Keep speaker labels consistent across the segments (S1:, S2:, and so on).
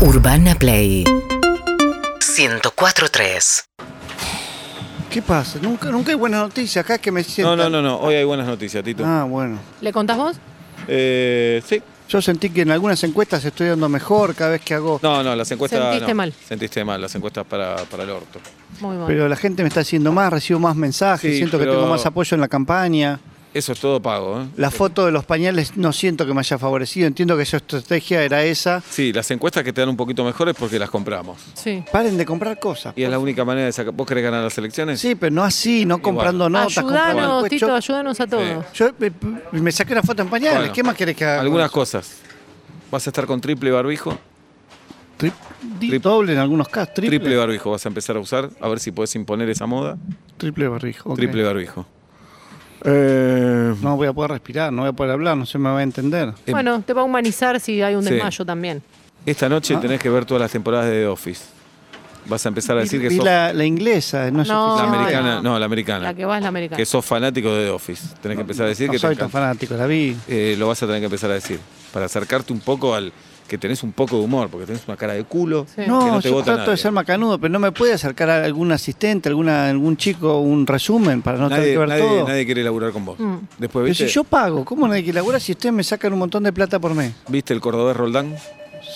S1: Urbana Play 104.3
S2: ¿Qué pasa? Nunca, nunca hay buenas noticias. Acá es que me siento.
S3: No, no, no, no. Hoy hay buenas noticias, Tito.
S2: Ah, bueno.
S4: ¿Le contás vos?
S3: Eh, sí.
S2: Yo sentí que en algunas encuestas estoy dando mejor cada vez que hago.
S3: No, no, las encuestas.
S4: Sentiste
S3: no.
S4: mal.
S3: Sentiste mal, las encuestas para, para el orto.
S4: Muy bueno.
S2: Pero la gente me está haciendo más, recibo más mensajes,
S3: Sí,
S2: siento que
S3: pero-
S2: tengo más apoyo en la campaña.
S3: Eso es todo pago, ¿eh?
S2: La foto de los pañales no siento que me haya favorecido. Entiendo que su estrategia era esa.
S3: Sí, las encuestas que te dan un poquito mejores porque las compramos.
S4: Sí.
S2: Paren de comprar cosas.
S3: Y es la única manera de sacar. ¿Vos querés ganar las elecciones?
S2: Sí, pero no así, no comprando notas. comprando
S4: ayúdanos,
S2: encuestas.
S4: Tito, ayúdanos a todos.
S2: Yo, yo, eh, me, saqué una foto en pañales.
S3: Bueno,
S2: ¿Qué más querés que haga?
S3: Algunas cosas. Vas a estar con triple barbijo.
S2: Tri- di-
S3: Trip-
S2: doble en algunos casos. Triple.
S3: Triple, barbijo vas a empezar a usar. A ver si podés imponer esa moda.
S2: Triple barrijo. ok. Eh,
S3: Triple barbijo.
S2: No voy a poder respirar, no voy a poder hablar, no se me va a entender.
S3: Eh,
S4: Bueno, te va a humanizar si hay un
S3: sí.
S4: desmayo también.
S3: Esta noche
S2: Ah.
S3: tenés que ver todas las temporadas de The Office. Vas a empezar a decir que
S2: Vi
S3: sos
S2: la, la inglesa, no es
S4: No,
S3: la
S2: suficiente.
S3: americana. No, la americana.
S4: La que va es la americana.
S3: que sos fanático de The Office. Tenés que empezar a decir
S2: no
S3: que te
S2: soy tan
S3: encanta.
S2: fanático, la vi.
S3: Eh, lo vas a tener que empezar a decir. Para acercarte un poco al. que tenés un poco de humor, porque tenés una cara de culo.
S4: Sí.
S3: que
S2: No,
S3: no te
S2: yo
S3: vota
S2: trato
S3: nadie.
S2: de ser macanudo, pero no me puede acercar a algún asistente, alguna, algún chico, un resumen para no tener
S3: nadie,
S2: que ver
S3: nadie-
S2: todo.
S3: nadie quiere laburar con vos.
S4: Mm.
S3: Después
S2: pero
S3: viste,
S2: si yo pago, ¿cómo nadie que labura si ustedes me sacan un montón de plata por mes?
S3: viste el cordobés Roldán,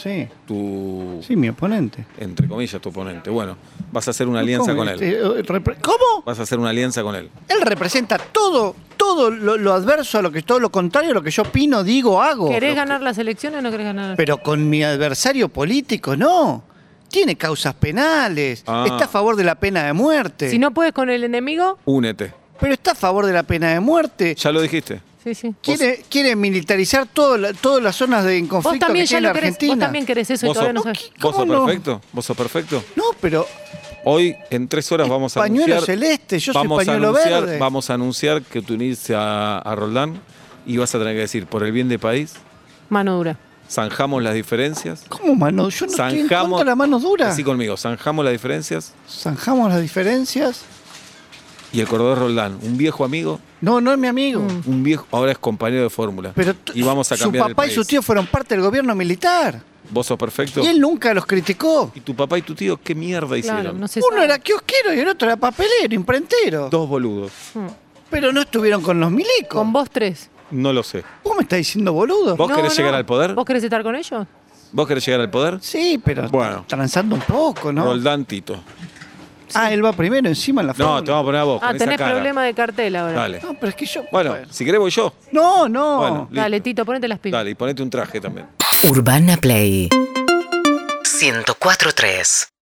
S2: Sí,
S3: tu.
S2: sí, mi oponente.
S3: entre comillas, tu oponente. Bueno, vas a hacer una alianza
S2: ¿Cómo?
S3: con él.
S2: Eh, eh, repre- ¿Cómo?
S3: Vas a hacer una alianza con él.
S2: Él representa todo, todo lo, lo adverso a lo que todo lo contrario a lo que yo opino, digo, hago.
S4: ¿Querés ganar las elecciones o no querés ganar?
S2: Pero con mi adversario político, no. Tiene causas penales,
S3: Ah.
S2: está a favor de la pena de muerte.
S4: si no puedes con el enemigo,
S3: Únete.
S2: Pero está a favor de la pena de muerte.
S3: Ya lo dijiste.
S4: sí, sí.
S2: Quiere, quiere militarizar todo la- todas las zonas de
S4: Vos
S2: conflicto
S4: también
S2: que
S4: ya
S2: tiene
S4: lo
S2: la
S4: querés,
S2: Argentina.
S4: vos también querés eso y
S3: ¿Vos sos,
S4: todavía no sabés.
S2: ¿Qué?
S3: vos sos
S2: ¿Cómo no?
S3: perfecto? ¿Vos sos perfecto?
S2: No, pero
S3: Hoy, en tres horas, vamos a
S2: pañuelo
S3: anunciar.
S2: celeste, yo soy
S3: vamos a
S2: pañuelo
S3: anunciar,
S2: verde.
S3: Vamos a anunciar que te unís a, a Roldán y vas a tener que decir, por el bien del país,
S4: Mano dura.
S3: zanjamos las diferencias.
S2: ¿cómo mano? Yo no estoy en contra de la mano dura.
S3: Así conmigo, zanjamos las diferencias
S2: Zanjamos las diferencias.
S3: y el cordobés Roldán, un viejo amigo,
S2: No, no es mi amigo.
S4: Mm.
S3: un viejo, ahora es compañero de fórmula.
S2: Mm. Pero t-
S3: Y vamos a
S2: su
S3: cambiar el
S2: papá y su
S3: país.
S2: tío fueron parte del gobierno militar.
S3: Vos sos perfecto.
S2: Y él nunca los criticó.
S3: Y tu papá y tu tío, ¿qué mierda
S4: Claro,
S3: hicieron?
S4: no sé.
S2: Uno era kiosquero y el otro era papelero, imprentero.
S3: Dos boludos.
S2: Pero no estuvieron con los milicos.
S4: Con vos tres.
S3: No lo sé.
S2: ¿Vos me estás diciendo boludo?
S3: ¿Vos querés llegar al poder?
S4: ¿Vos querés estar con ellos?
S3: ¿Vos querés llegar al poder?
S2: Sí, pero
S3: Bueno.
S2: transando un poco, ¿no?
S3: Roldán Tito.
S2: Ah, él va primero encima en la
S3: No,
S2: fórmula.
S3: te vamos a poner a vos.
S4: Ah,
S3: con esa
S4: tenés
S3: cara.
S4: problema de cartel ahora.
S3: Dale.
S2: No, pero es que yo...
S3: Bueno, si querés voy yo.
S2: No, no.
S3: Bueno.
S4: Dale,
S3: listo.
S4: Tito, ponete las pilas.
S3: Dale, y ponete un traje también.
S1: Urbana Play 104.3